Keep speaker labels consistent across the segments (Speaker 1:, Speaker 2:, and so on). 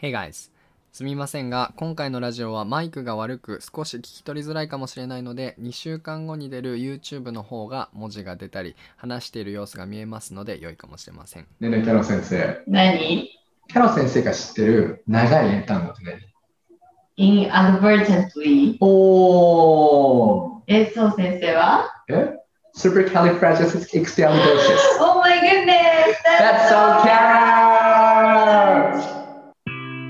Speaker 1: Hey guys! すみませんが、今回のラジオはマイクが悪く少し聞き取りづらいかもしれないので、2週間後に出る YouTube の方が文字が出たり、話している様子が見えますので良いかもしれません。
Speaker 2: ねえねえ、キャロ先生。
Speaker 3: 何
Speaker 2: キャロ先生が知ってる長い英単語って何
Speaker 3: ?inadvertently。
Speaker 2: おー
Speaker 3: え、そう先生は
Speaker 2: え ?Supercalifragisticexpialidocious。
Speaker 3: ?Oh my goodness!
Speaker 2: That's so cute!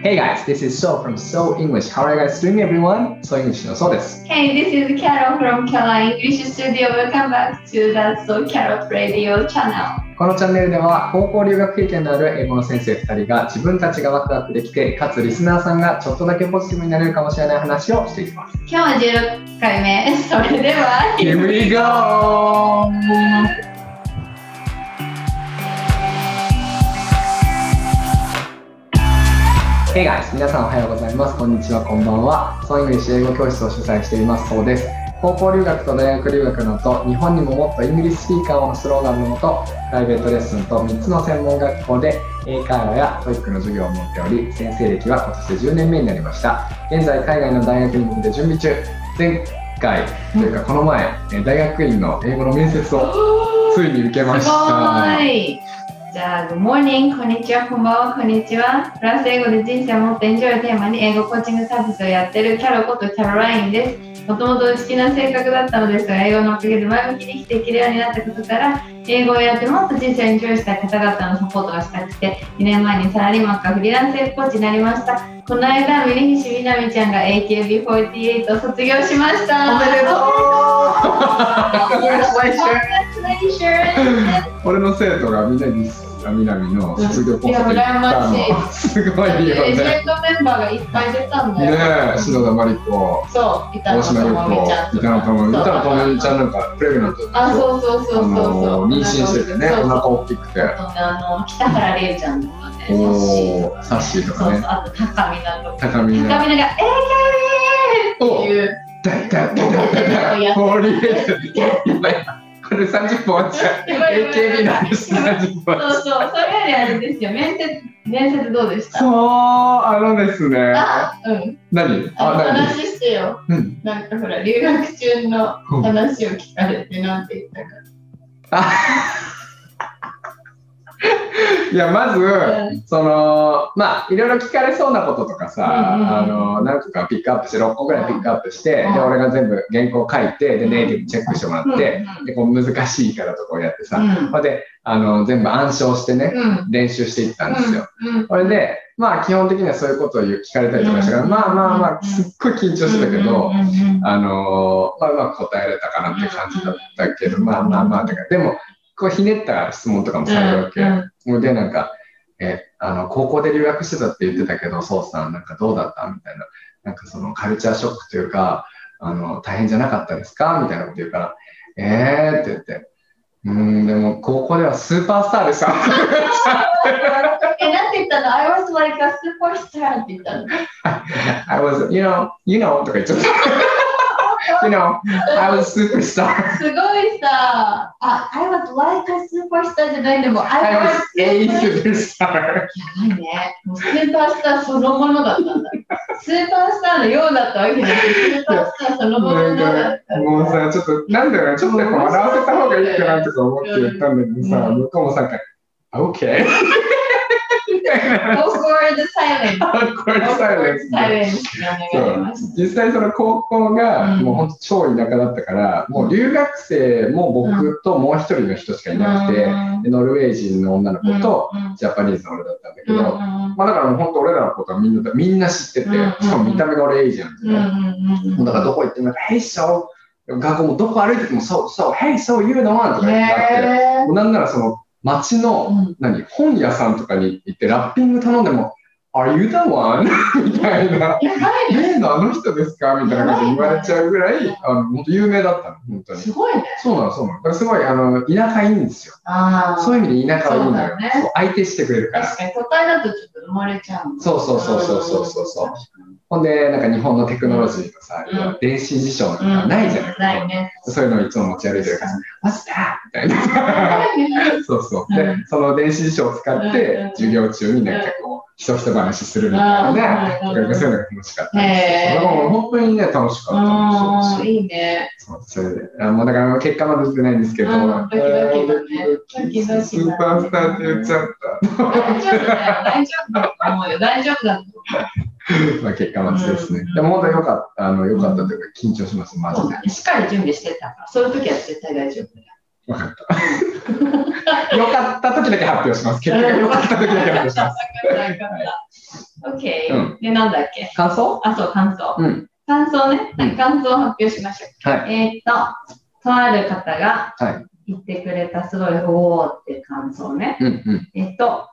Speaker 2: Hey guys, this is So from So English. How are you guys doing, everyone? So English のそうです。
Speaker 3: Hey, this is Carol from Carol English Studio. Welcome back to That's So Carol Radio channel.
Speaker 2: このチャンネルでは高校留学経験のある英語の先生2人が自分たちがワクワクできて、かつリスナーさんがちょっとだけポジティブになれるかもしれない話をしていきます。
Speaker 3: 今日は16回目。 それでは、
Speaker 2: Here we go! ヘイガイ皆さんおはようございます。こんにちは、こんばんは。ソングリッシュ英語教室を主催しています、そうです。高校留学と大学留学のと、日本にももっとイングリッシュスピーカーをのスローガンのもと、プライベートレッスンと3つの専門学校で英会話やトイックの授業を持っており、先生歴は今年で10年目になりました。現在、海外の大学に向けて準備中。前回、というかこの前、えー大学院の英語の面接をついに受けまし
Speaker 3: すご
Speaker 2: た。
Speaker 3: いじゃあ、Good morning, こんにちは、こんばんは、こんにちは。フランス英語で人生をもっとエンジョイをテーマに英語コーチングサービスをやってるキャロことキャロラインです。もともと内気な性格だったのですが、英語のおかげで前向きに生きていけるようになったことから、英語をやってもっと人生をエンジョイしたい方々のサポートがしたくて、2年前にサラリーマンからフリーランス英語コーチになりました。この間、峯岸みなみちゃんが AKB48 を卒業しました。
Speaker 2: おめでとう
Speaker 3: Congratulations!
Speaker 2: 俺の生徒がみなみみなみの卒業コンサート行った
Speaker 3: いや羨
Speaker 2: のすごいよ
Speaker 3: レジ
Speaker 2: ね。
Speaker 3: ェンドメンバーがいっぱい出たん
Speaker 2: ね
Speaker 3: だよ。
Speaker 2: え、篠田麻里子、
Speaker 3: そう、板
Speaker 2: 大
Speaker 3: 野
Speaker 2: 島優
Speaker 3: 友美ちゃん
Speaker 2: 子、
Speaker 3: と
Speaker 2: 板野
Speaker 3: か。
Speaker 2: 友美、板野友美ちゃんなんかプレグナント
Speaker 3: あ、そうそうそうそ
Speaker 2: あ
Speaker 3: うそう。
Speaker 2: の妊娠しててね、
Speaker 3: そう
Speaker 2: お
Speaker 3: そう
Speaker 2: 腹大きくて。
Speaker 3: あとねあの北原理恵ちゃんとかね。
Speaker 2: おお、サッシーと
Speaker 3: そうそ
Speaker 2: か
Speaker 3: う
Speaker 2: ね、
Speaker 3: あと高見菜とか。
Speaker 2: 高見
Speaker 3: 高
Speaker 2: が、
Speaker 3: 見菜が AKB っていう。
Speaker 2: だだだだだ、放り出てる。やばいこれ30分終わっちゃう。
Speaker 3: やばいやばい
Speaker 2: AKB の話30分終わっちゃ
Speaker 3: そううそう、それよりあれですよ。面接面接どうでした？
Speaker 2: そう、あのですね。
Speaker 3: あ、うん。
Speaker 2: 何
Speaker 3: あの
Speaker 2: あ、
Speaker 3: 話してよ。
Speaker 2: 何うん。
Speaker 3: なんかほら留学中の話を聞かれてなんて言ったか。
Speaker 2: いや、まず、
Speaker 3: う
Speaker 2: その、まあ、いろいろ聞かれそうなこととかさ、
Speaker 3: うんうんうん
Speaker 2: あの、何個かピックアップして、6個ぐらいピックアップして、
Speaker 3: うん
Speaker 2: で、俺が全部原稿書いて、で、ネイティブチェックしてもらって、
Speaker 3: う
Speaker 2: で、こう、難しいからとかをやってさ、
Speaker 3: ん
Speaker 2: まあで、あの、全部暗唱してね、
Speaker 3: うん。うん。
Speaker 2: 練習していったんですよ。
Speaker 3: うん。うん
Speaker 2: これで、まあ、基本的にはそういうことを言う聞かれたりとかしたから、
Speaker 3: うん
Speaker 2: まあまあま
Speaker 3: う
Speaker 2: あ、
Speaker 3: ん
Speaker 2: すっごい緊張してたけど、
Speaker 3: うんうんうんうん
Speaker 2: あのーまあ、うまく答えれたかなって感じだったけど、まあまあまあ、だからでも、こうひねった質問とかもされるわけ。それで、なんか、え、あの、高校で留学してたって言ってたけど、そうさん、なんかどうだったみたいな。なんかそのカルチャーショックというか、あの、大変じゃなかったですかみたいなこと言うから、えーって言って、うーん、でも高校ではスーパースターでした。
Speaker 3: え、なんて言ったの ?I was like a superstar って言ったの。
Speaker 2: I was, you know, you know, とか言っちゃった。you know, I was a superstar.
Speaker 3: すごいさ、あ、I was like a superstar じゃないでも、
Speaker 2: I
Speaker 3: I was
Speaker 2: was a
Speaker 3: super- や
Speaker 2: superstar.
Speaker 3: ばいね。もうスーパースターそのものだった んだ。スーパースターのようだったわけじゃなくて、スーパースターそのも
Speaker 2: な
Speaker 3: ののようだ
Speaker 2: ん
Speaker 3: った
Speaker 2: か、。 もうさ、ちょっと、なんだろうな、ちょっとやっぱ笑わせた方がいいかなとか思って言ったんだけどさ、
Speaker 3: うん
Speaker 2: 向こうもさ、OK?
Speaker 3: Awkward silence.
Speaker 2: Awkward
Speaker 3: Awkward
Speaker 2: silence で
Speaker 3: silence が流れました。
Speaker 2: 実際その高校が
Speaker 3: うん
Speaker 2: もうほんと超田舎だったから、もう留学生も僕ともう一人の人しかいなくて、でノルウェー人の女の子と
Speaker 3: うんうん
Speaker 2: ジャパニーズの俺だったんだけ
Speaker 3: うんう
Speaker 2: ど、
Speaker 3: ん
Speaker 2: まあだからもうほんと俺らのことはみんなみんな知ってて、
Speaker 3: うん
Speaker 2: しかも見た目が俺エイジアン
Speaker 3: うんうん
Speaker 2: で、
Speaker 3: うんう
Speaker 2: も
Speaker 3: ん
Speaker 2: うだからどこ行っても、Hey, so! 学校もどこ歩いてても、そう、そう、Hey, so, you know one! とか言ってなって、
Speaker 3: へ
Speaker 2: もうなんならその街
Speaker 3: ー
Speaker 2: の何本屋さんとかに行ってラッピング頼んでも「Are you the one?」み たいな
Speaker 3: やば
Speaker 2: 「
Speaker 3: いね。
Speaker 2: 例のあの人ですか?」みたいな感じで言われちゃうぐらいあの本当有名だったの本当に
Speaker 3: すごいね。
Speaker 2: そうなのそうなのだからすごいあの田舎いいんですよ
Speaker 3: ああ。
Speaker 2: そういう意味で田舎はいいんだよ
Speaker 3: そうだね
Speaker 2: そう相手してくれるから
Speaker 3: 確かに都会だとちょっと生まれちゃうもん
Speaker 2: そうそうそうそうそうそうそう
Speaker 3: 確かに
Speaker 2: ほんで、なんか日本のテクノロジーのさ、
Speaker 3: うん
Speaker 2: 要は電子辞書なん
Speaker 3: う
Speaker 2: か
Speaker 3: ん。
Speaker 2: ないじゃない、
Speaker 3: ないね。
Speaker 2: そういうのをいつも持ち歩いてるから、What's that? みたいな。 そうそう。で、
Speaker 3: うん
Speaker 2: その電子辞書を使っ
Speaker 3: うん
Speaker 2: て、授業中になんかこう、ひとひと話するみたいな、
Speaker 3: うん
Speaker 2: とかなんかそういうのが楽しかったり
Speaker 3: へ
Speaker 2: して。
Speaker 3: ー
Speaker 2: もう本当にね、楽しかった
Speaker 3: うん。
Speaker 2: です。
Speaker 3: いいね。
Speaker 2: そうそれで、あもうだから結果まで出てないんですけど、
Speaker 3: うん
Speaker 2: あー
Speaker 3: ドキドキだね
Speaker 2: ドキドキ
Speaker 3: ドキドキだね
Speaker 2: スーパースターって言っちゃっ
Speaker 3: 大丈夫だよ。大丈夫だと思うよ。大丈夫だと思
Speaker 2: た。まあ結果待ちですね。
Speaker 3: うん
Speaker 2: でも本当によかった、あの、よかったというか、緊張します、マ
Speaker 3: う。
Speaker 2: ジ
Speaker 3: そう
Speaker 2: で
Speaker 3: だ。ね。しっかり準備してたから。そういう時は絶対大丈夫だよ。
Speaker 2: 分かった。よかった時だけ発表します。結果がよかった時だけ発表します。
Speaker 3: よかった。
Speaker 2: う
Speaker 3: OK。で、なんだっけ
Speaker 2: 感想
Speaker 3: あ、そう、感想。
Speaker 2: うん。
Speaker 3: 感想ね。
Speaker 2: うん
Speaker 3: 感想を発表しましょう。
Speaker 2: はい。
Speaker 3: えーっと、とある方が
Speaker 2: はい。
Speaker 3: 言ってくれたすごい、おーって感想ね。
Speaker 2: うんうん。
Speaker 3: えっと、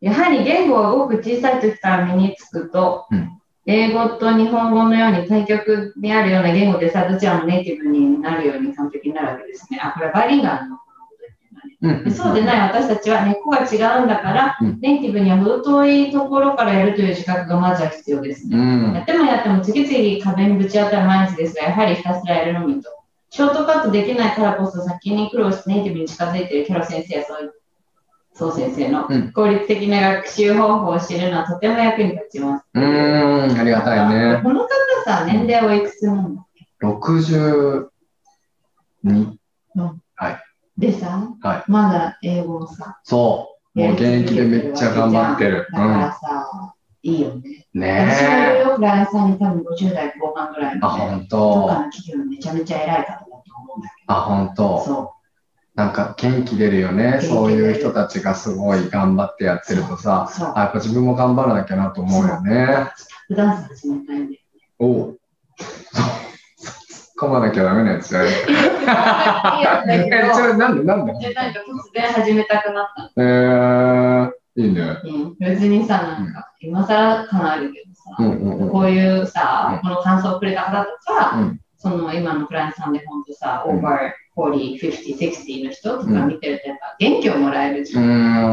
Speaker 3: やはり言語はごく小さい時から身につくと、
Speaker 2: うん
Speaker 3: 英語と日本語のように対極にあるような言語でさ、どちらもネイティブになるように完璧になるわけですね。あ、これバイリンガルのことですね。
Speaker 2: うん
Speaker 3: でそうで
Speaker 2: い。
Speaker 3: ない私たちは根っこが違うんだから、
Speaker 2: うん
Speaker 3: ネイティブには程遠いところからやるという自覚がまずは必要です
Speaker 2: う
Speaker 3: ね。や
Speaker 2: ん。
Speaker 3: ってもやっても次々壁にぶち当たる毎日ですが、やはりひたすらやるのみと。ショートカットできないからこそ先に苦労してネイティブに近づいているキャロ先生やそうそう先生の
Speaker 2: うん
Speaker 3: 効率的な学習方法を知るのはとても役に立ちます。
Speaker 2: うん。ありがたいね。
Speaker 3: この方さ、年齢おいくつなの
Speaker 2: 62。
Speaker 3: でさ、
Speaker 2: は
Speaker 3: まだ英語をさ、
Speaker 2: そう。もう現役でめっちゃ頑張ってる。
Speaker 3: だからさ、いいよね。
Speaker 2: うん。
Speaker 3: 私は
Speaker 2: ねえ。
Speaker 3: よくライさんに多分50代後半ぐらい
Speaker 2: あ、
Speaker 3: の、ね、
Speaker 2: 本
Speaker 3: と
Speaker 2: 当。
Speaker 3: かの企業めちゃめちゃ偉い方だと思うんだ
Speaker 2: あ、本
Speaker 3: けど、
Speaker 2: 当。
Speaker 3: そ
Speaker 2: なんか元気出るよね。そういう人たちがすごい頑張ってやってるとさ。
Speaker 3: う、そう、
Speaker 2: あ、やっぱ自分も頑張らなきゃなと思うよね。
Speaker 3: 普段さん始めたいんで。
Speaker 2: おお。突っ込まなきゃダメなやつじゃない。
Speaker 3: いいよ、いいよ、
Speaker 2: え、
Speaker 3: だ
Speaker 2: ち
Speaker 3: け
Speaker 2: ょ、なんでなんで
Speaker 3: ど、でなんか突然始めたくなった
Speaker 2: えー、いいね。
Speaker 3: の、うん、別にさ、なんか、今更かなあるけどさ、
Speaker 2: うんうんうん。
Speaker 3: こういうさ、
Speaker 2: う
Speaker 3: この感想をくれた方とか、
Speaker 2: うん
Speaker 3: その今のクライアントさんで本当さ、
Speaker 2: うん
Speaker 3: オーバー40、50、60の人とか見てるとやっぱ元気をもらえるじ
Speaker 2: う
Speaker 3: ゃ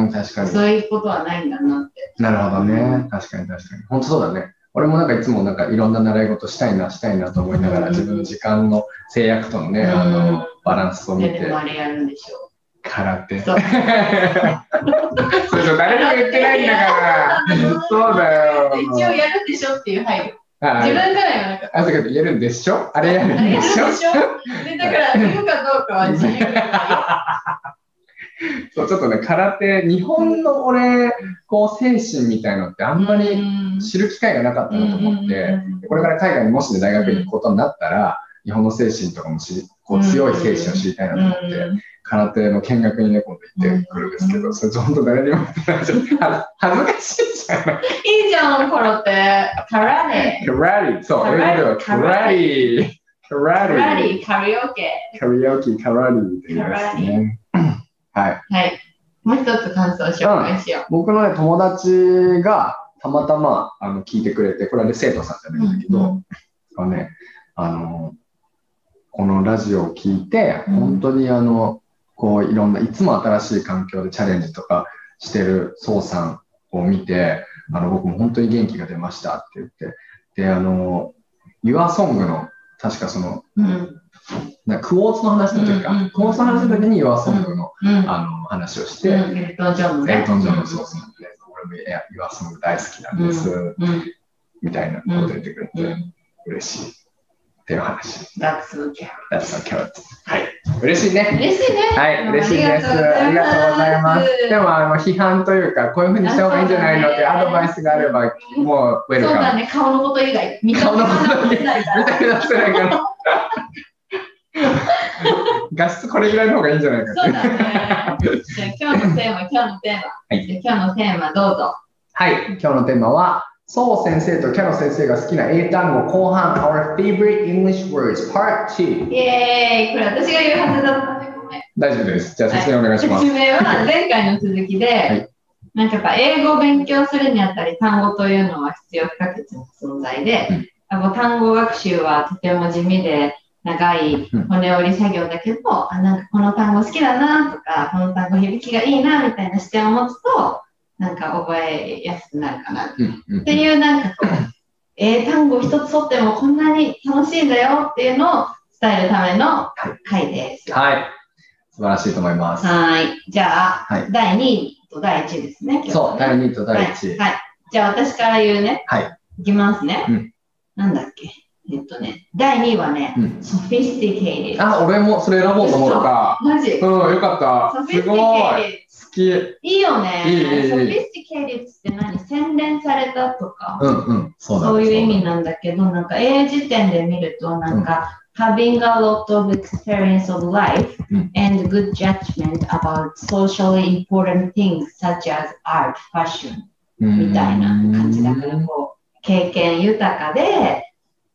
Speaker 3: ん。
Speaker 2: ーん、確かに。
Speaker 3: そういうことはないんだなって。
Speaker 2: なるほどね。確かに確かに。本当そうだね。俺もなんかいつもなんかいろんな習い事したいな、したいなと思いなが
Speaker 3: う
Speaker 2: ら、
Speaker 3: ん
Speaker 2: 自分の時間の制約とのね、
Speaker 3: うん
Speaker 2: あの、バランスを見
Speaker 3: で、で
Speaker 2: て
Speaker 3: も、あれやるんでしょう。
Speaker 2: 空 手。
Speaker 3: そう。
Speaker 2: そうそう、誰も言ってないんだから。そうだよ。
Speaker 3: 一応やるんでしょっていう配慮。
Speaker 2: あ
Speaker 3: 自分からはなんか、
Speaker 2: あ、そうか、言えるんでしょあれやる
Speaker 3: あ
Speaker 2: ん
Speaker 3: れ
Speaker 2: で
Speaker 3: やるんで
Speaker 2: し
Speaker 3: し
Speaker 2: ょ
Speaker 3: ょ でだから、言うかどうかは自由だ
Speaker 2: そう、ちょっとね、空手、日本の俺、こう、精神みたいのってあんまり知る機会がなかったなと思って、これから海外にもしね大学に行くことになったら、日本の精神とかも知りこう強い精神を知りたいなと思って、空手の見学にね、今度行ってくるんですけど、それ本当誰にも言ってないじゃ ん。は恥ずかしいじゃない。
Speaker 3: いいじゃん、コロって。カラレ。
Speaker 2: カラリそう、英語ではカラリカ
Speaker 3: カ
Speaker 2: ラ
Speaker 3: ラ
Speaker 2: リ
Speaker 3: リ、カリオケ。
Speaker 2: カリオケカラリって言いますね。 はい。
Speaker 3: はい。もう一つ感想を紹介しよう。
Speaker 2: 僕のね、友達がたまたまあの聞いてくれて、これはね、生徒さんじゃないんだけど、がね、あの、このラジオを聞いて、
Speaker 3: うん
Speaker 2: 本当にあの、こういろんな、いつも新しい環境でチャレンジとかしてる宋さんを見て、あの、僕も本当に元気が出ましたって言って、で、あの、Your Song の、確かその、
Speaker 3: うん。
Speaker 2: なクォーツの話の時か、
Speaker 3: うんうん
Speaker 2: クォーツの話の時に Your Song の、
Speaker 3: うん。
Speaker 2: あの、話をし
Speaker 3: う
Speaker 2: て、
Speaker 3: ん、エルトン・ジョンのね。
Speaker 2: エルトン・ジョンのそうそう、で俺もいや Your Song 大好きなんです、
Speaker 3: うん。
Speaker 2: みたいなこと言ってくれて、
Speaker 3: うん。
Speaker 2: 嬉しいっていう話。
Speaker 3: That's okay.
Speaker 2: That's so cute. はい。嬉しいね。
Speaker 3: 嬉しいね。
Speaker 2: はい、
Speaker 3: うん
Speaker 2: 嬉しいです。
Speaker 3: あ
Speaker 2: あ
Speaker 3: り
Speaker 2: り
Speaker 3: が
Speaker 2: が
Speaker 3: と
Speaker 2: と
Speaker 3: う
Speaker 2: うご
Speaker 3: ござ
Speaker 2: ざ
Speaker 3: い
Speaker 2: い
Speaker 3: ま
Speaker 2: ますす。でも、あの、批判というか、こういうふうにした方がいいんじゃないのっていうアドバイスがあれば、もう、ウェル
Speaker 3: そう
Speaker 2: カ
Speaker 3: だ
Speaker 2: ム。
Speaker 3: ね、顔のこと以外、見た
Speaker 2: 顔
Speaker 3: 目の
Speaker 2: のこ
Speaker 3: こと
Speaker 2: と
Speaker 3: 以
Speaker 2: に、
Speaker 3: 外
Speaker 2: 見た目出せないから。 画質これぐらいの方がいいんじゃないか
Speaker 3: そう
Speaker 2: って。
Speaker 3: だね。じゃあ今日のテーマ、今日のテーマ。
Speaker 2: はい
Speaker 3: じゃあ今日のテーマどうぞ。
Speaker 2: はい、今日のテーマは、そう先生とキャロ先生が好きな英単語後半、Our Favorite English Words Part 2。
Speaker 3: イエーイこれ私が言うはずだったんでごめん。
Speaker 2: 大丈夫です。じゃあ説明お願いします。
Speaker 3: 説明は前回の続きで、
Speaker 2: い
Speaker 3: なんかやっぱ英語を勉強するにあたり単語というのは必要不可欠な存在で、
Speaker 2: うん
Speaker 3: やっぱ単語学習はとても地味で長い
Speaker 2: うん
Speaker 3: 骨折り作業だけど、あなんかこの単語好きだなとかこの単語響きがいいなみたいな視点を持つとなんか覚えやすくなるかなっ
Speaker 2: うんうん
Speaker 3: ていうなんかこう英単語一つとってもこんなに楽しいんだよっていうのを伝えるための回です。
Speaker 2: はい。素晴らしいと思います。
Speaker 3: はい。じゃあ、
Speaker 2: はい
Speaker 3: 第2位と第1位ですね。今日は
Speaker 2: そう、第2と第1位。
Speaker 3: はい。はい。じゃあ私から言うね。
Speaker 2: はい。
Speaker 3: いきますね。
Speaker 2: うん
Speaker 3: なんだっけ。えっとね、第2位はね、
Speaker 2: うん
Speaker 3: ソフィスティケイティ
Speaker 2: あ、俺もそれ選ぼうと思った。
Speaker 3: マジ。
Speaker 2: うん、よか
Speaker 3: ソ
Speaker 2: った。
Speaker 3: フィス
Speaker 2: す
Speaker 3: テ
Speaker 2: ごい。
Speaker 3: ィ
Speaker 2: 好
Speaker 3: ケイテ
Speaker 2: き。
Speaker 3: ィいいよね。
Speaker 2: いいいいいい
Speaker 3: ソフィスティケイティって何洗練されたとか、
Speaker 2: うんうん。そうだね
Speaker 3: そういう意味なんだけど、なんか英辞典で見ると、なんか、having a lot of experience of life
Speaker 2: うん
Speaker 3: and good judgment about socially important things such as art, fashion みたいな感じだから、こう、経験豊かで、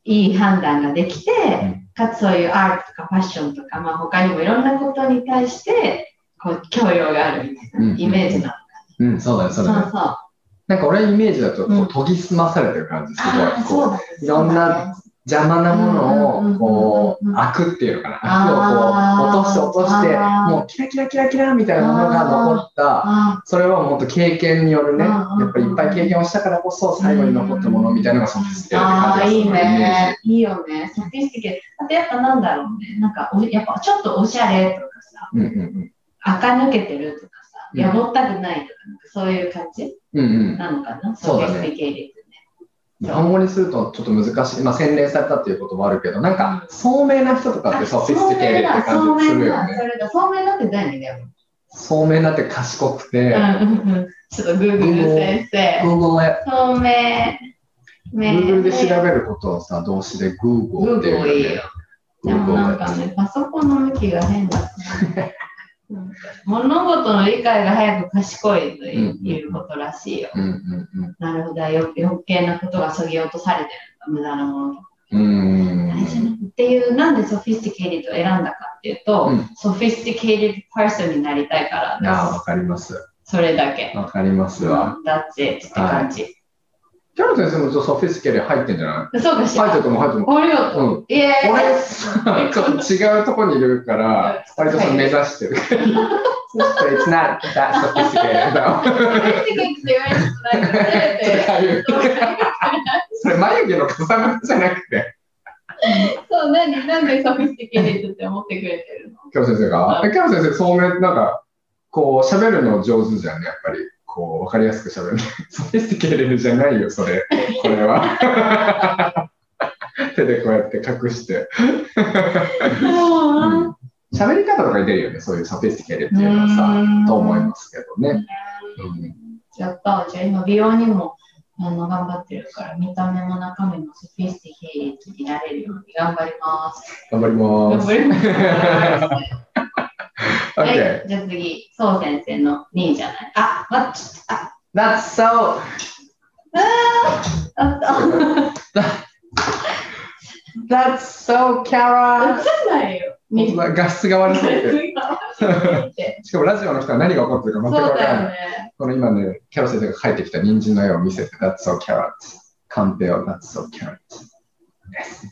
Speaker 3: いい判断ができて
Speaker 2: ん、
Speaker 3: かつそういうアートとかファッションとか、まあ他にもいろんなことに対して、こう、教養があるみたい
Speaker 2: うん
Speaker 3: なイメージな
Speaker 2: うんうん、そうだね、そ
Speaker 3: の。
Speaker 2: う
Speaker 3: そう
Speaker 2: だ
Speaker 3: そ
Speaker 2: ね。
Speaker 3: う。あ
Speaker 2: なんか俺イメージだと、こ
Speaker 3: うん
Speaker 2: う研ぎ澄まされてる感じ、すご
Speaker 3: あ
Speaker 2: い。
Speaker 3: ー、
Speaker 2: こう
Speaker 3: そうだね。
Speaker 2: いろんな邪魔なものを、こ
Speaker 3: うんう
Speaker 2: う、
Speaker 3: んうんうんう
Speaker 2: 開
Speaker 3: ん
Speaker 2: くっていうのかな。
Speaker 3: あー
Speaker 2: 開くをこう、落として落として、
Speaker 3: あー
Speaker 2: もうキラキラキラキラみたいなものが残った、
Speaker 3: あ
Speaker 2: それはもっと経験によるね、
Speaker 3: うん
Speaker 2: や
Speaker 3: うんうん
Speaker 2: っぱりいっぱい経験をしたからこそ、最後に残ったものみたいなのがソフィスティ
Speaker 3: あ
Speaker 2: ケ
Speaker 3: ー、
Speaker 2: テ
Speaker 3: い
Speaker 2: ィ
Speaker 3: い
Speaker 2: な感じが
Speaker 3: ね。いいよね。ソフィスティケあとやっぱなんだろうね。なんかお、やっぱちょっとおしゃれとかさ、
Speaker 2: するイメージ。うんうん
Speaker 3: 垢抜けてるとかさ、
Speaker 2: うん
Speaker 3: やぼったくないとか、なんかそういう感じ
Speaker 2: うん。うんうん。
Speaker 3: なのかな。
Speaker 2: そうだね
Speaker 3: ソフィスティケイティ
Speaker 2: 日本語にするとちょっと難しい、まあ、洗練されたっていうこともあるけど、なんか、聡明な人とかってソフィスティケーテって感じするよね。
Speaker 3: そうめんだって何だよ。
Speaker 2: 聡明だって賢く
Speaker 3: う
Speaker 2: て、
Speaker 3: んうんうん。ちょっと Google 先生。
Speaker 2: Google で
Speaker 3: そうめん。
Speaker 2: Google で調べることをさ、動詞で Google ってい
Speaker 3: Google いいうよ
Speaker 2: よね。。
Speaker 3: でもなんか
Speaker 2: Google
Speaker 3: ね、パソコンの向きが変だ。なんか物事の理解が早く賢いという,、
Speaker 2: うん
Speaker 3: ことらしいよ。
Speaker 2: うんうん
Speaker 3: なるほど、よ余計なことがそぎ落とされてる無駄なものとか
Speaker 2: うん。うん
Speaker 3: 大事なっていう、なんでソフィスティケイティを選んだかっていうと、
Speaker 2: うん
Speaker 3: ソフィスティケイティパーソンになりたいから
Speaker 2: いやー
Speaker 3: で
Speaker 2: わかります。
Speaker 3: す。それだけ。
Speaker 2: わかりますわ。
Speaker 3: だってって感じ。
Speaker 2: ジョナ先生もちょっとソフィスティケーテ入ってんじゃな
Speaker 3: そうか
Speaker 2: い
Speaker 3: し
Speaker 2: 入
Speaker 3: ら。
Speaker 2: ってるとも入ってると思う
Speaker 3: ありがとう。
Speaker 2: うん。
Speaker 3: イエーイ
Speaker 2: 俺さ、ちょっと違うとこにいるから、割とその目指してる。そして It's not that sophisticated だわ
Speaker 3: 嬉しくて言われることないからね
Speaker 2: と か言うそれ眉毛の重なりじゃなくて、
Speaker 3: そう、何、なんでソフィスティケートって思ってくれてるの
Speaker 2: 今日先生が。え今日先生、そうめん、なんか、こう、喋るの上手じゃんね、やっぱり。こう、わかりやすく喋る。 ソフィスティケーレルじゃないよ、それ。これは。 手でこうやって隠して。うん喋り方とかに出るよね、そういうソフィスティケーレルっていうのはさ、と思いますけどね。うん
Speaker 3: す。やった、じゃあ今美容にもあの頑張ってるから、見た目も中身もソフィスティケートになれるように頑張ります。
Speaker 2: 頑張り
Speaker 3: 頑
Speaker 2: ま
Speaker 3: 張ります。
Speaker 2: す。
Speaker 3: は
Speaker 2: OK。
Speaker 3: い、じゃあ次、そう先生の2位じゃない。あ、まっちょっと、あ、
Speaker 2: That's so!
Speaker 3: あった。映
Speaker 2: That's so, Kara!
Speaker 3: んないよ。
Speaker 2: こんな画質が悪すぎて。
Speaker 3: そ
Speaker 2: しかもラジオの人は何が起こってるか全く分
Speaker 3: う
Speaker 2: か
Speaker 3: だ
Speaker 2: ら
Speaker 3: よ
Speaker 2: ない。
Speaker 3: ね。
Speaker 2: この今ね、キャロ先生が描いてきた人参の絵を見せて、That's so carrot. カンペを That's so carrot.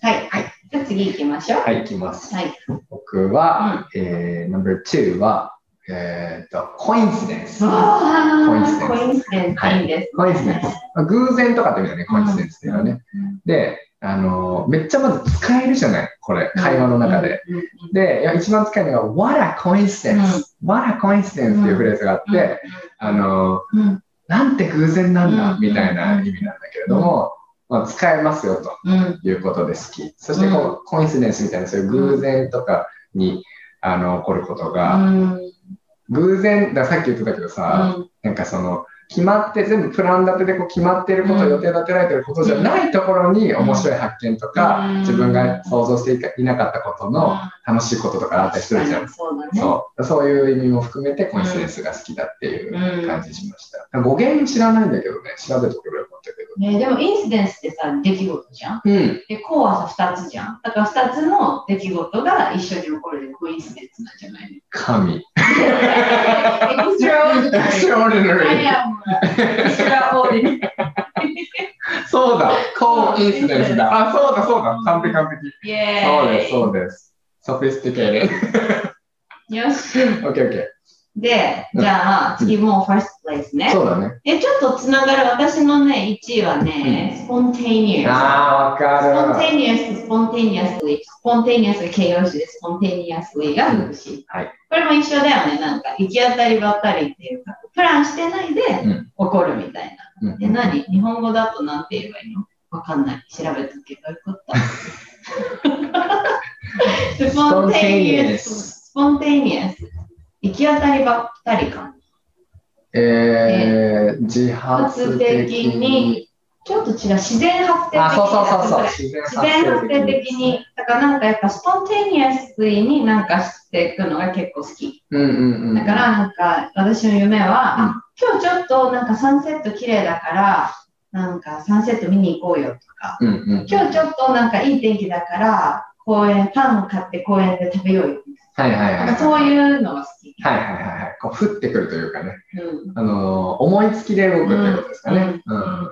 Speaker 3: はい、はい、じゃあ次行きましょう。
Speaker 2: はい、いきます。
Speaker 3: はい。
Speaker 2: 僕は、えー、No.2 は、えーっと、コインシデンス。
Speaker 3: ああ、
Speaker 2: コ
Speaker 3: コインスデンスいいです。
Speaker 2: コインシデンス。まあ偶然とかって意味だね、コインシデンスっていうのはね。で、あのー、めっちゃまず使えるじゃない、これ、会話の中で。
Speaker 3: うん。うん
Speaker 2: で、いや一番使えるのが、What a coincidence!、What a coincidence! っていうフレーズがあって、あのー、
Speaker 3: うんうん
Speaker 2: なんて偶然なんだ、
Speaker 3: うん
Speaker 2: みたいな意味なんだけれども、まあ、使えますよと
Speaker 3: うん
Speaker 2: いうことで好き。そしてこう、コインシデンスみたいなそういう偶然とかに、あの起こることが、
Speaker 3: うん
Speaker 2: 偶然ださっき言ってたけどさ、なんかその決まって全部プラン立てでこう決まってること、
Speaker 3: うん
Speaker 2: 予定立てられてることじゃないところに面白い発見とか、
Speaker 3: うん
Speaker 2: 自分が想像していなかったことの楽しいこととかあったりするじゃん。
Speaker 3: そうだね。
Speaker 2: そうそういう意味も含めてコインシデンスが好きだっていう感じしました。語源知らないんだけどね、調べてくれよかったけど。
Speaker 3: ね、でもインシデンスってさ、出来事じゃん。
Speaker 2: うん、
Speaker 3: で、こうはさ、2つじゃん。だから2つの出来事が一緒に起こるで、コインシデンスなんじゃないの
Speaker 2: 神。
Speaker 3: エクストラオーディナリ
Speaker 2: Extraordinary!
Speaker 3: ー。エクストラオーディナリー。
Speaker 2: そうだ、コインシデンスだ。あ、そうだ、そうだ、完璧完璧。
Speaker 3: イェーイ。
Speaker 2: そうです、そうです。ソフィスティケーテ
Speaker 3: よし。
Speaker 2: ッド。オッケーオッケー。
Speaker 3: で、じゃあ、次もう first place ね。
Speaker 2: そうだね。
Speaker 3: え、ちょっとつながる私のね、1位はね、スポンテニュアス。
Speaker 2: ああ、わ
Speaker 3: スポン
Speaker 2: かる。
Speaker 3: テニュアス、スポンテニュアスリー。スポンテニュアスが形容詞で、スポンテニュアスリーが副詞。
Speaker 2: はい。
Speaker 3: これも一緒だよね、なんか、行き当たりばったりっていうか、プランしてないで
Speaker 2: うん
Speaker 3: 起こるみたい
Speaker 2: うん
Speaker 3: な。え、何日本語だとなんて言えばいいのわかんない。調べとけばよかった。 スポンテニュア ス、スポンテニュアス。行き当たりばったりかな。
Speaker 2: えー、自発的に。
Speaker 3: ちょっと違う、自然発生的
Speaker 2: あ、そうそうそうそう。
Speaker 3: な
Speaker 2: 自然
Speaker 3: 自然発生的に、だからなんかやっぱスポンテニアスになんかしていくのが結構好き。
Speaker 2: うんうんうん。
Speaker 3: だからなんか私の夢は、あ今日ちょっとなんかサンセット綺麗だから、なんかサンセット見に行こうよとか、
Speaker 2: うんうん。
Speaker 3: 今日ちょっとなんかいい天気だから、公園、パンを買って公園で食べようよ。
Speaker 2: はいはい
Speaker 3: な
Speaker 2: は
Speaker 3: んか
Speaker 2: い。
Speaker 3: そういうのが好き。
Speaker 2: はいはいはいはい。こう降ってくるというかね、
Speaker 3: うん、
Speaker 2: あのー思いつきで動くということですかね。
Speaker 3: う
Speaker 2: うんん。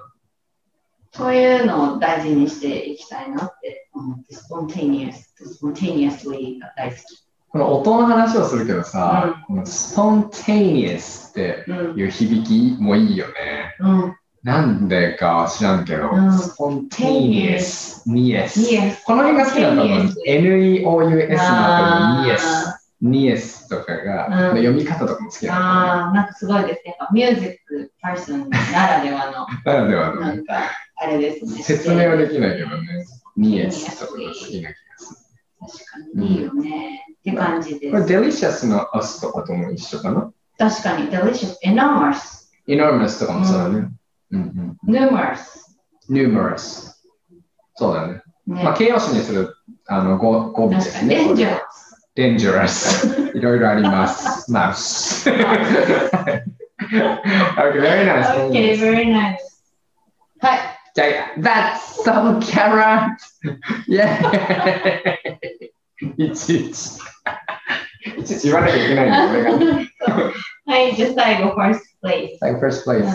Speaker 3: そういうのを大事にしていきたいなって思って、スポンテニアス、スポンテニアスが大好き。
Speaker 2: この音の話をするけどさ、このスポンテニエスって
Speaker 3: うん。
Speaker 2: いう響きもいいよね。
Speaker 3: うん。
Speaker 2: なんでか知らんけど、
Speaker 3: うん
Speaker 2: スポンテニエス、ニエス。
Speaker 3: ニエス。
Speaker 2: この辺が好きなんだと思うんです。NEOUS の
Speaker 3: あ
Speaker 2: 後
Speaker 3: ー
Speaker 2: にニエス、ニエスとかが、
Speaker 3: うん
Speaker 2: この読み方とかも好きなんだ
Speaker 3: ああ、なんかすごいですね。やっぱミュージックパーソンならでは
Speaker 2: と思う。ならでは
Speaker 3: の、
Speaker 2: の
Speaker 3: な
Speaker 2: ね
Speaker 3: んか、あれですね。
Speaker 2: 説明はで
Speaker 3: 確
Speaker 2: きないけどね、ニエスとかが好きな気がす
Speaker 3: かにいいよね。って感じで
Speaker 2: る。これ、
Speaker 3: す。
Speaker 2: デリシャスのアスとかとも一緒かな
Speaker 3: 確かに、delicious, enormous,
Speaker 2: エノーマスとかもそうだね。うんうん。
Speaker 3: numerous.
Speaker 2: ニューマラス。そうだね。
Speaker 3: ね
Speaker 2: まあ、形容詞にするあの語語尾で
Speaker 3: 確か
Speaker 2: す
Speaker 3: に、
Speaker 2: ね。
Speaker 3: dangerous.
Speaker 2: デンジャラス。 いろいろあります。マウス。okay, very nice. very
Speaker 3: Okay,
Speaker 2: nice.
Speaker 3: very nice. はい。
Speaker 2: Like, that's so carrot! Yeah! いちいち。いちいち言わなきゃいけないんだ よ、俺が。
Speaker 3: はい、じゃあ最後、first place.
Speaker 2: Like, first place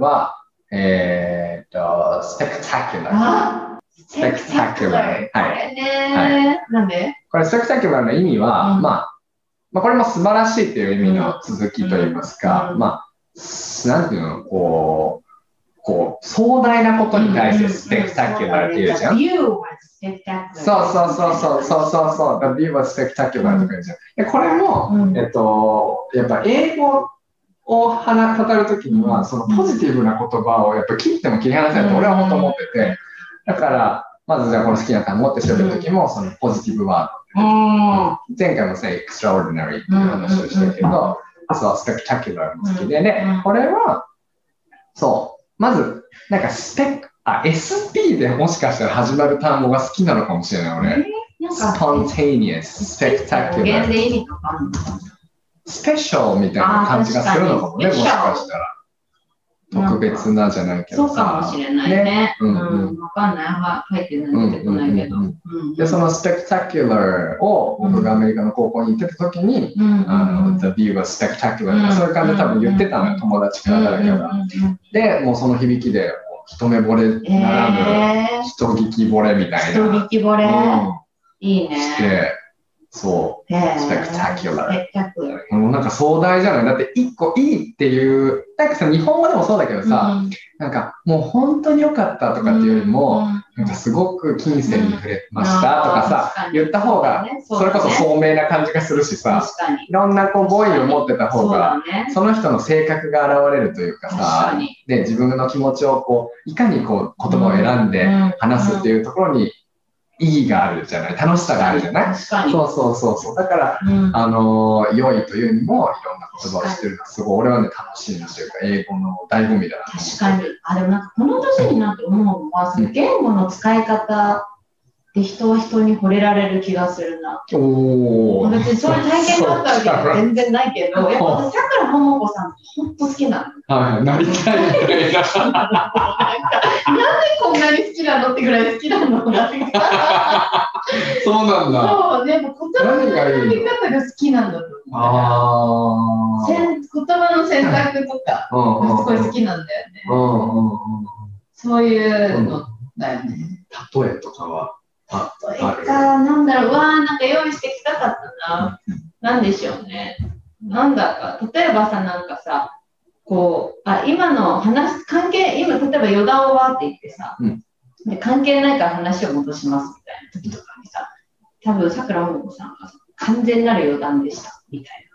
Speaker 2: は、えーっと、spectacular。
Speaker 3: あ
Speaker 2: spectacular はい
Speaker 3: これね。なんで
Speaker 2: これ、spectacular の意味は、
Speaker 3: うん
Speaker 2: まあ、まあ、これも素晴らしいっていう意味の続きといいますか、
Speaker 3: うん
Speaker 2: まあ、なんていうの、こう、こう、壮大なことに対してスペクタキュラーっていうじゃん。
Speaker 3: ビューはスペクタキュラー。
Speaker 2: そうそうそうそうそうそうそう。The view was spectacular とか言うじゃん。でこれも、
Speaker 3: うん
Speaker 2: えっと、やっぱ英語を話語るときに
Speaker 3: うん
Speaker 2: は、そのポジティブな言葉をやっぱ切っても切り離せないと俺は本当思ってて、だから、まずじゃあこの好きな単語って調べるときも、そのポジティブワ
Speaker 3: うん。
Speaker 2: ード。前回もさ、extraordinary っていう話をしたけ
Speaker 3: うんうんうん
Speaker 2: ど、そう、spectacular も好きで、で
Speaker 3: うん、
Speaker 2: これは、そう、まず、なんかスペク、あ、SP でもしかしたら始まる単語が好きなのかもしれない、俺。
Speaker 3: なん
Speaker 2: spontaneous,
Speaker 3: か、語源
Speaker 2: spectacular,
Speaker 3: で意味とかあるのか
Speaker 2: special みたいな感じがするのかもね、
Speaker 3: あ
Speaker 2: も
Speaker 3: ー確かに
Speaker 2: しかしたら。
Speaker 3: な
Speaker 2: 特別なじゃないけ
Speaker 3: そ
Speaker 2: ど
Speaker 3: うかも
Speaker 2: さ
Speaker 3: し。れないね。
Speaker 2: う
Speaker 3: うん
Speaker 2: うん
Speaker 3: ん。わかんない。あんま書いてない出てこないけど。
Speaker 2: うんうん
Speaker 3: うん
Speaker 2: で、その spectacular を僕がアメリカの高校に行ってた時に、
Speaker 3: うんうんうん。
Speaker 2: あの、the view was spectacular と
Speaker 3: うん
Speaker 2: か、そういう感じで多分言ってたのよ、友達から誰かが。で、もうその響きで、一目惚れなら
Speaker 3: え
Speaker 2: ぬ、人聞き惚れみた
Speaker 3: ー、
Speaker 2: いな。
Speaker 3: 人聞き惚れ。いい
Speaker 2: うんし
Speaker 3: ね。
Speaker 2: て、そう。
Speaker 3: えー
Speaker 2: spectacular
Speaker 3: スペクタキュラー。
Speaker 2: もうなんか壮大じゃないだって一個いいっていう、なんかさ、日本語でもそうだけどさ、
Speaker 3: うん
Speaker 2: なんかもう本当に良かったとかっていうよりも、、なんかすごく金銭に触れましたとかさ、
Speaker 3: うん
Speaker 2: 言った方が、それこそ
Speaker 3: う
Speaker 2: 聡明な感じがするし
Speaker 3: だね
Speaker 2: さ、
Speaker 3: 確かに。
Speaker 2: いろんなこう、語彙を持ってた方
Speaker 3: そう
Speaker 2: が、
Speaker 3: だね。
Speaker 2: その人の性格が現れるというか
Speaker 3: 確か
Speaker 2: さ、
Speaker 3: に。
Speaker 2: で、自分の気持ちをこう、いかにこう、言葉を選んで話すって
Speaker 3: いう
Speaker 2: いうところに意義があるじゃない楽しさがあるじゃない
Speaker 3: 確かに。
Speaker 2: そうそうそうそう。だから、
Speaker 3: うん
Speaker 2: あの良いというにもいろんな言葉をしてるのすごい俺はね楽しいなというか英語の醍醐味だなと思って
Speaker 3: 確かに。あ、でもなんかこの年になって思うのは、その言語の使い方で人は人に惚れられる気がするな。
Speaker 2: おお
Speaker 3: 別にそういう体験があったわけでは全然ないけど、やっぱ私、さくらももこさん、ほんと好きなの。
Speaker 2: はいなりたいみたいな
Speaker 3: こんなに好きなのってぐらい好きなのが。
Speaker 2: そうなん だ
Speaker 3: そう、やっぱ言葉の選び方が好きなんだと思う。
Speaker 2: あ
Speaker 3: せん言葉の選択とか、
Speaker 2: あうんうん
Speaker 3: すごい好きなんだよね。
Speaker 2: うんうん
Speaker 3: そういう
Speaker 2: うん
Speaker 3: のだよね。
Speaker 2: うん例えとかはあ
Speaker 3: それか、なんだろう、うわあ、なんか用意してきたかったな。なんでしょうね。なんだか、例えばさ、なんかさ、こう、あ、今の話、関係、今、例えば余談をわーって言ってさ、
Speaker 2: うん
Speaker 3: で関係ないから話を戻しますみたいな時とかにさ、多分、さくらももこさんが完全なる余談でした、みたい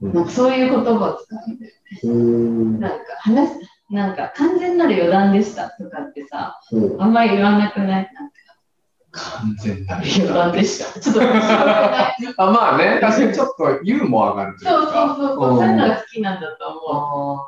Speaker 3: な。なんかそういう言葉を使うんだよ
Speaker 2: うん。
Speaker 3: なんか話す、なんか完全なる余談でしたとかってさ、
Speaker 2: そう。
Speaker 3: あんまり言わなくないなんか
Speaker 2: 完全なる
Speaker 3: 余談でした。ちょっと面白くない。
Speaker 2: あ、まあね、確かにちょっとユーモアがあるという
Speaker 3: そうそう
Speaker 2: か。
Speaker 3: そうそう、そういうのが好きなんだと思う。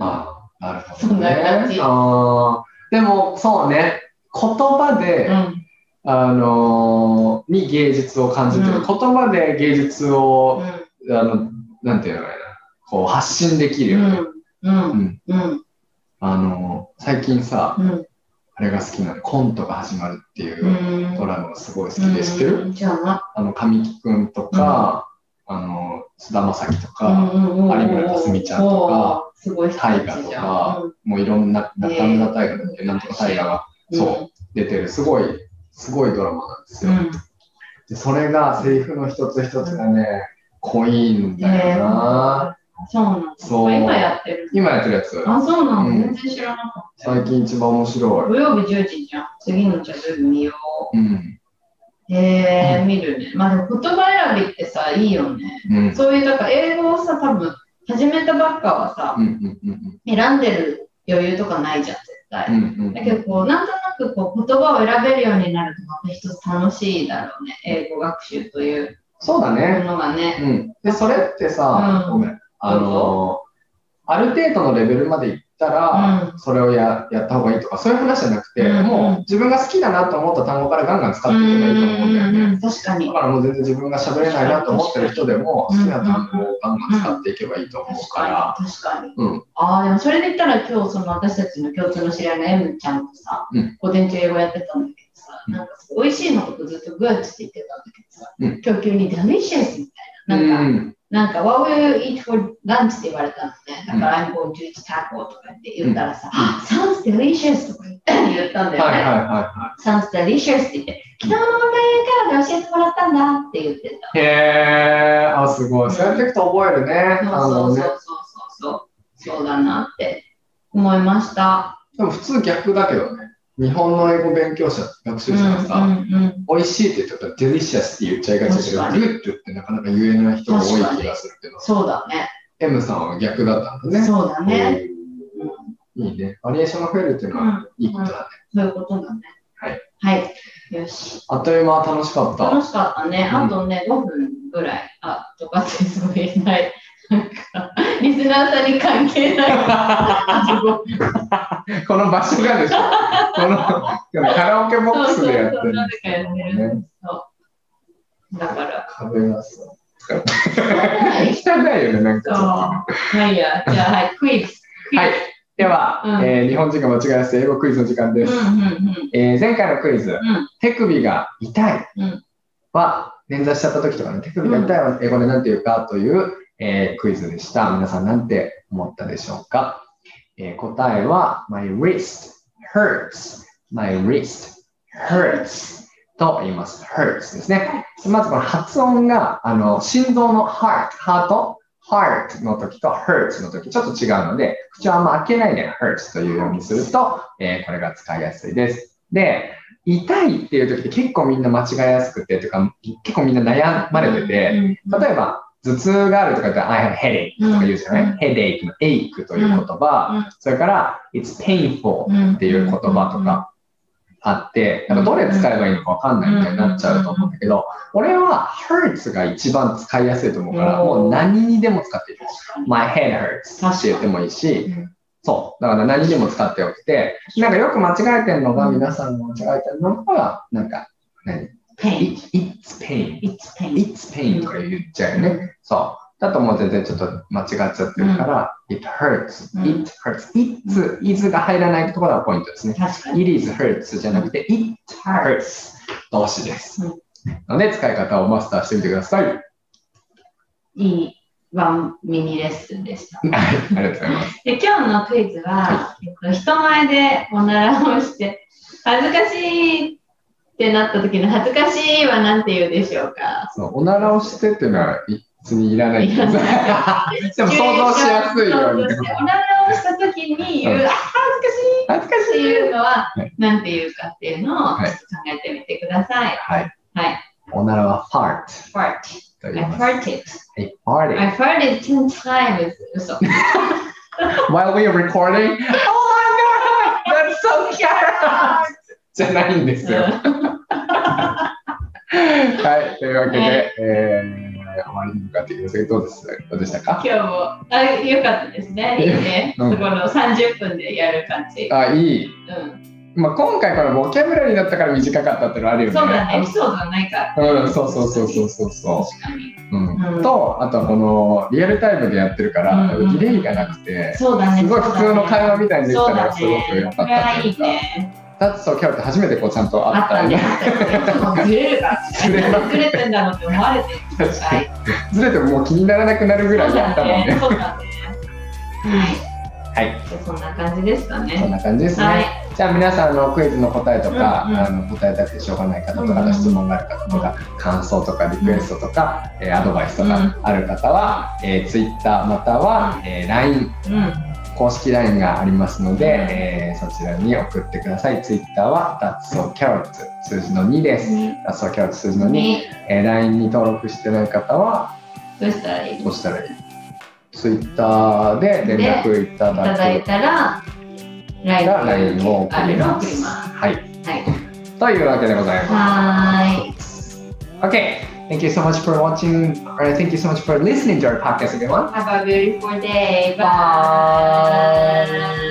Speaker 2: あーあー、なるほど、ね。
Speaker 3: そんな感じ
Speaker 2: あーでも、そうね、言葉で、
Speaker 3: うん
Speaker 2: あのーに芸術を感じるというか、言葉で芸術を、あの、なんていうのかな、こう発信できる
Speaker 3: う
Speaker 2: よね。
Speaker 3: んうんうん
Speaker 2: あのー最近さ、
Speaker 3: うん
Speaker 2: あれが好きなの、コントが始まるっていううド
Speaker 3: ん
Speaker 2: ラマがすごい好きで、知ってる
Speaker 3: うんじゃあな
Speaker 2: あの、神木くんとか、あの、菅田将暉とか、有村架純ちゃんとか、
Speaker 3: すごい人たちじゃん
Speaker 2: 大河もういろんな、中村大河だっけ、
Speaker 3: うん
Speaker 2: なんとか大河が
Speaker 3: うん
Speaker 2: そう出てる、すごい、すごいドラマなんです
Speaker 3: う
Speaker 2: よ。
Speaker 3: ん
Speaker 2: でそれが、セリフの一つ一つがね、濃いんだよ
Speaker 3: ね
Speaker 2: な。
Speaker 3: そうなんだ
Speaker 2: そう
Speaker 3: 今やってる
Speaker 2: 今やってるやつ、
Speaker 3: あそうなの
Speaker 2: うん
Speaker 3: 全然知らなかった
Speaker 2: 最近一番面白
Speaker 3: 土曜日10時じゃん次のじゃあ土曜日見よ
Speaker 2: い。うん。
Speaker 3: うへえ見るねまあでも言葉選びってさいいよね
Speaker 2: うん。
Speaker 3: そういうだから英語をさ多分始めたばっかはさ
Speaker 2: うんうんうん
Speaker 3: 選んでる余裕とかないじゃん絶対
Speaker 2: うんうん
Speaker 3: だけどこう、なんとなくこう言葉を選べるようになると、また一つ楽しいだろうね、英語学習という
Speaker 2: そうだ
Speaker 3: も
Speaker 2: ね。
Speaker 3: のがね。
Speaker 2: うん。で、それってさ、
Speaker 3: うん
Speaker 2: ごめん。あの、ある程度のレベルまでいった
Speaker 3: う
Speaker 2: ら、
Speaker 3: ん、
Speaker 2: それをややった方がいいとか、そういう話じゃなくて、
Speaker 3: うん
Speaker 2: もう自分が好きだなと思った単語からガンガン使
Speaker 3: う
Speaker 2: っていけばいいと
Speaker 3: ん
Speaker 2: 思うんだよね。
Speaker 3: うん確か
Speaker 2: だ
Speaker 3: に。
Speaker 2: からもう全然自分が喋れないなと思ってる人でも、好き
Speaker 3: 確かに
Speaker 2: な単語をガンガン使っていけばいいと思う
Speaker 3: 確
Speaker 2: から
Speaker 3: かに。確かに。
Speaker 2: うん
Speaker 3: ああ、でもそれで言ったら今日、その私たちの共通の知り合いの M ちゃんとさ、
Speaker 2: うん
Speaker 3: 午前中英語やってたんだけどさ、
Speaker 2: うん
Speaker 3: なんか美味しいのことずっとグーって言ってたんだけどさ、
Speaker 2: うん
Speaker 3: 今日急に delicious みたいな。なんか
Speaker 2: うん
Speaker 3: なんか、What will you eat for lunch? って言われたのね。だから、I'm going to eat taco とかって言ったらさ、あ sounds delicious とか言ったんだよね。
Speaker 2: はいはいは
Speaker 3: sounds delicious って言って、昨日のオンラインからで教えてもらったんだって言ってた。
Speaker 2: い。へー、あ、すごい。そうやっていくと覚えるね。あ
Speaker 3: そ
Speaker 2: の
Speaker 3: う
Speaker 2: ね
Speaker 3: そうそう。そうそう。そうだなって思いました。
Speaker 2: でも普通逆だけどね。日本の英語勉強者、学習者がさ、
Speaker 3: うんうんうん
Speaker 2: 美味しいって言ったら、デリシャスって言っちゃいがちだけ
Speaker 3: 確か
Speaker 2: ど、グッドってなかなか言えない人が多い気がするけど、
Speaker 3: そうだね。
Speaker 2: M さんは逆だったんだね。
Speaker 3: そうだね。
Speaker 2: いいね。バリエーションが増えるっていうのはいいことだね。
Speaker 3: そういうことだね。
Speaker 2: はい。
Speaker 3: はい。よし。
Speaker 2: あっという間楽しかった。
Speaker 3: 楽しかったね。
Speaker 2: うん
Speaker 3: あとね、5分ぐらい、あ、とかって、そういない。なんか、リスナーさんに関係ない。あすごい
Speaker 2: この場所が でしょ。このカラオケボックスでやってるんですけども
Speaker 3: そうそうそうな
Speaker 2: ね。
Speaker 3: んかやってそうだから、
Speaker 2: 壁がさ、
Speaker 3: はい。
Speaker 2: 汚いよね、なん
Speaker 3: そう。
Speaker 2: か。
Speaker 3: はいや、じゃあ、はい、クイズ。
Speaker 2: はい。では、
Speaker 3: うん
Speaker 2: えー日本人が間違いやすい英語クイズの時間
Speaker 3: う
Speaker 2: で
Speaker 3: ん
Speaker 2: す。
Speaker 3: うん
Speaker 2: えー前回のクイズ、
Speaker 3: ん
Speaker 2: 手首が痛い
Speaker 3: うん
Speaker 2: は、捻挫しちゃった時とかね、手首が痛いは英語で何て言うかという、えークイズでした。皆さん何て思ったでしょうか、えー答えは、my wrist hurts, my wrist hurts と言います。hurts ですね。まずこの発音が、あの、心臓の heart, ハート heart の時と hurts の時ちょっと違うので、口をあんま開けないで hurts というようにすると、えーこれが使いやすいです。で、痛いっていう時って結構みんな間違いやすくて、というか結構みんな悩まれてて、
Speaker 3: うん。うん
Speaker 2: 例えば、頭痛があるとかって、I have headache とか言うじゃない、
Speaker 3: うん
Speaker 2: ?headache の ache という言葉、
Speaker 3: うんうん
Speaker 2: それから、it's painful
Speaker 3: うん
Speaker 2: っていう言葉とかあって、なんかどれ使えばいいのかわかんないみたいになっちゃうと思うんだけど、俺は hurts が一番使いやすいと思うから、
Speaker 3: おー
Speaker 2: もう何にでも使っていい。my head hurts って言ってもいいし
Speaker 3: うん、
Speaker 2: そう。だから何にも使っておきて、なんかよく間違えてるのが、皆さんが間違えてるのが、なんか、何
Speaker 3: ペイン。
Speaker 2: It- ?it's pain.
Speaker 3: It's pain.
Speaker 2: It's pain とか言っちゃうよね。そう。だともう全然ちょっと間違っちゃってるから、it hurts,
Speaker 3: うん
Speaker 2: it hurts, it's, is が入らないところがポイントですね。
Speaker 3: 確かに。
Speaker 2: it is hurts じゃなくて、it hurts 動詞です
Speaker 3: うん。
Speaker 2: ので、使い方をマスターしてみてください。はい、
Speaker 3: いいワンミニレッスンでした。
Speaker 2: ありがとうございます。
Speaker 3: で今日のクイズは、えっと、人前でおならをして恥ずかしいってなった時の恥ずかしいは何て言うでしょうか
Speaker 2: そのおならをしてっていうのは別にいら ないけどで
Speaker 3: いら
Speaker 2: も想像しやすいようにって
Speaker 3: 想
Speaker 2: こと
Speaker 3: 像しておならをした時に言う、
Speaker 2: うん
Speaker 3: あー恥
Speaker 2: 恥ず
Speaker 3: ずかしい
Speaker 2: か
Speaker 3: っ
Speaker 2: しい
Speaker 3: ていうのは
Speaker 2: は
Speaker 3: 何て言うかっていうのをちょ
Speaker 2: はい
Speaker 3: っと考えてみてください。
Speaker 2: はい
Speaker 3: はい。
Speaker 2: おならは fart
Speaker 3: fart.
Speaker 2: と
Speaker 3: I
Speaker 2: 言います
Speaker 3: farted.
Speaker 2: I farted
Speaker 3: I farted ten times. 嘘。
Speaker 2: while we were recording oh my god that's so cute じゃないんですよはい、というわけで、
Speaker 3: は
Speaker 2: えー終わりに向かっていきますけど、どうですどうでした
Speaker 3: 今
Speaker 2: か
Speaker 3: 日も、あ、よかったですね。いいね。
Speaker 2: うん
Speaker 3: そこの30分でやる感じ。
Speaker 2: あ、いい。
Speaker 3: うん。
Speaker 2: まあ、今回これボキャブラリーだったから短かったってのあるよね。
Speaker 3: そうだね。エピソードがないから。
Speaker 2: うん、そうそうそうそうそうそ
Speaker 3: 確かに。
Speaker 2: う。うん
Speaker 3: うん
Speaker 2: と、あとはこのリアルタイムでやってるから、
Speaker 3: うん
Speaker 2: ひねりがなくて、
Speaker 3: そうだね。
Speaker 2: すごい普通の会話みたいにでき
Speaker 3: そ
Speaker 2: た
Speaker 3: う
Speaker 2: の
Speaker 3: だ
Speaker 2: がすごく良
Speaker 3: ね。
Speaker 2: か
Speaker 3: こ
Speaker 2: っ
Speaker 3: れは
Speaker 2: たとい
Speaker 3: いうい
Speaker 2: か。
Speaker 3: ね。
Speaker 2: だってそう、キャブって初めてこうちゃんと
Speaker 3: あ
Speaker 2: 会っ
Speaker 3: ったた
Speaker 2: よ
Speaker 3: ね。
Speaker 2: ね。
Speaker 3: あったね。ずれるか。
Speaker 2: ずれまく
Speaker 3: ずれてんだろうって思われてる。
Speaker 2: 確か
Speaker 3: は
Speaker 2: に
Speaker 3: い。
Speaker 2: ずれてももう気にならなくなるぐらいやったもんね。
Speaker 3: そうだね。そうだね。はい。
Speaker 2: はい、
Speaker 3: じゃあそんな感じですか
Speaker 2: そん
Speaker 3: ね。
Speaker 2: な感じですね。
Speaker 3: はい。
Speaker 2: じゃあ皆さんあのクイズの答えとか、
Speaker 3: うんうん
Speaker 2: あの答えたくてしょうがない方と
Speaker 3: うん
Speaker 2: か、
Speaker 3: うん
Speaker 2: あと質問がある方とか、感想とかリクエストとか、えーアドバイスとかある方は、えー、Twitter または、えー LINE
Speaker 3: うん。
Speaker 2: 公式 LINE がありますので、
Speaker 3: うん
Speaker 2: えーそちらに送ってください Twitter は That's so carrot 数字の2です、That's so carrot 数字の2、
Speaker 3: に、
Speaker 2: えー LINE に登録してない方は
Speaker 3: どうしたらいいい
Speaker 2: どうしたらいい Twitter で連絡いた
Speaker 3: た
Speaker 2: だ
Speaker 3: だい
Speaker 2: く
Speaker 3: たら、
Speaker 2: が
Speaker 3: LINE
Speaker 2: LINE を
Speaker 3: をあ
Speaker 2: 送り
Speaker 3: れを
Speaker 2: ま
Speaker 3: 送り
Speaker 2: す
Speaker 3: ます。
Speaker 2: はい、
Speaker 3: はい。
Speaker 2: というわけでございます
Speaker 3: はーい。
Speaker 2: Okay, thank you so much for watching, or thank you so much for listening to our podcast, everyone.
Speaker 3: Have a beautiful day.
Speaker 2: Bye.
Speaker 3: Bye.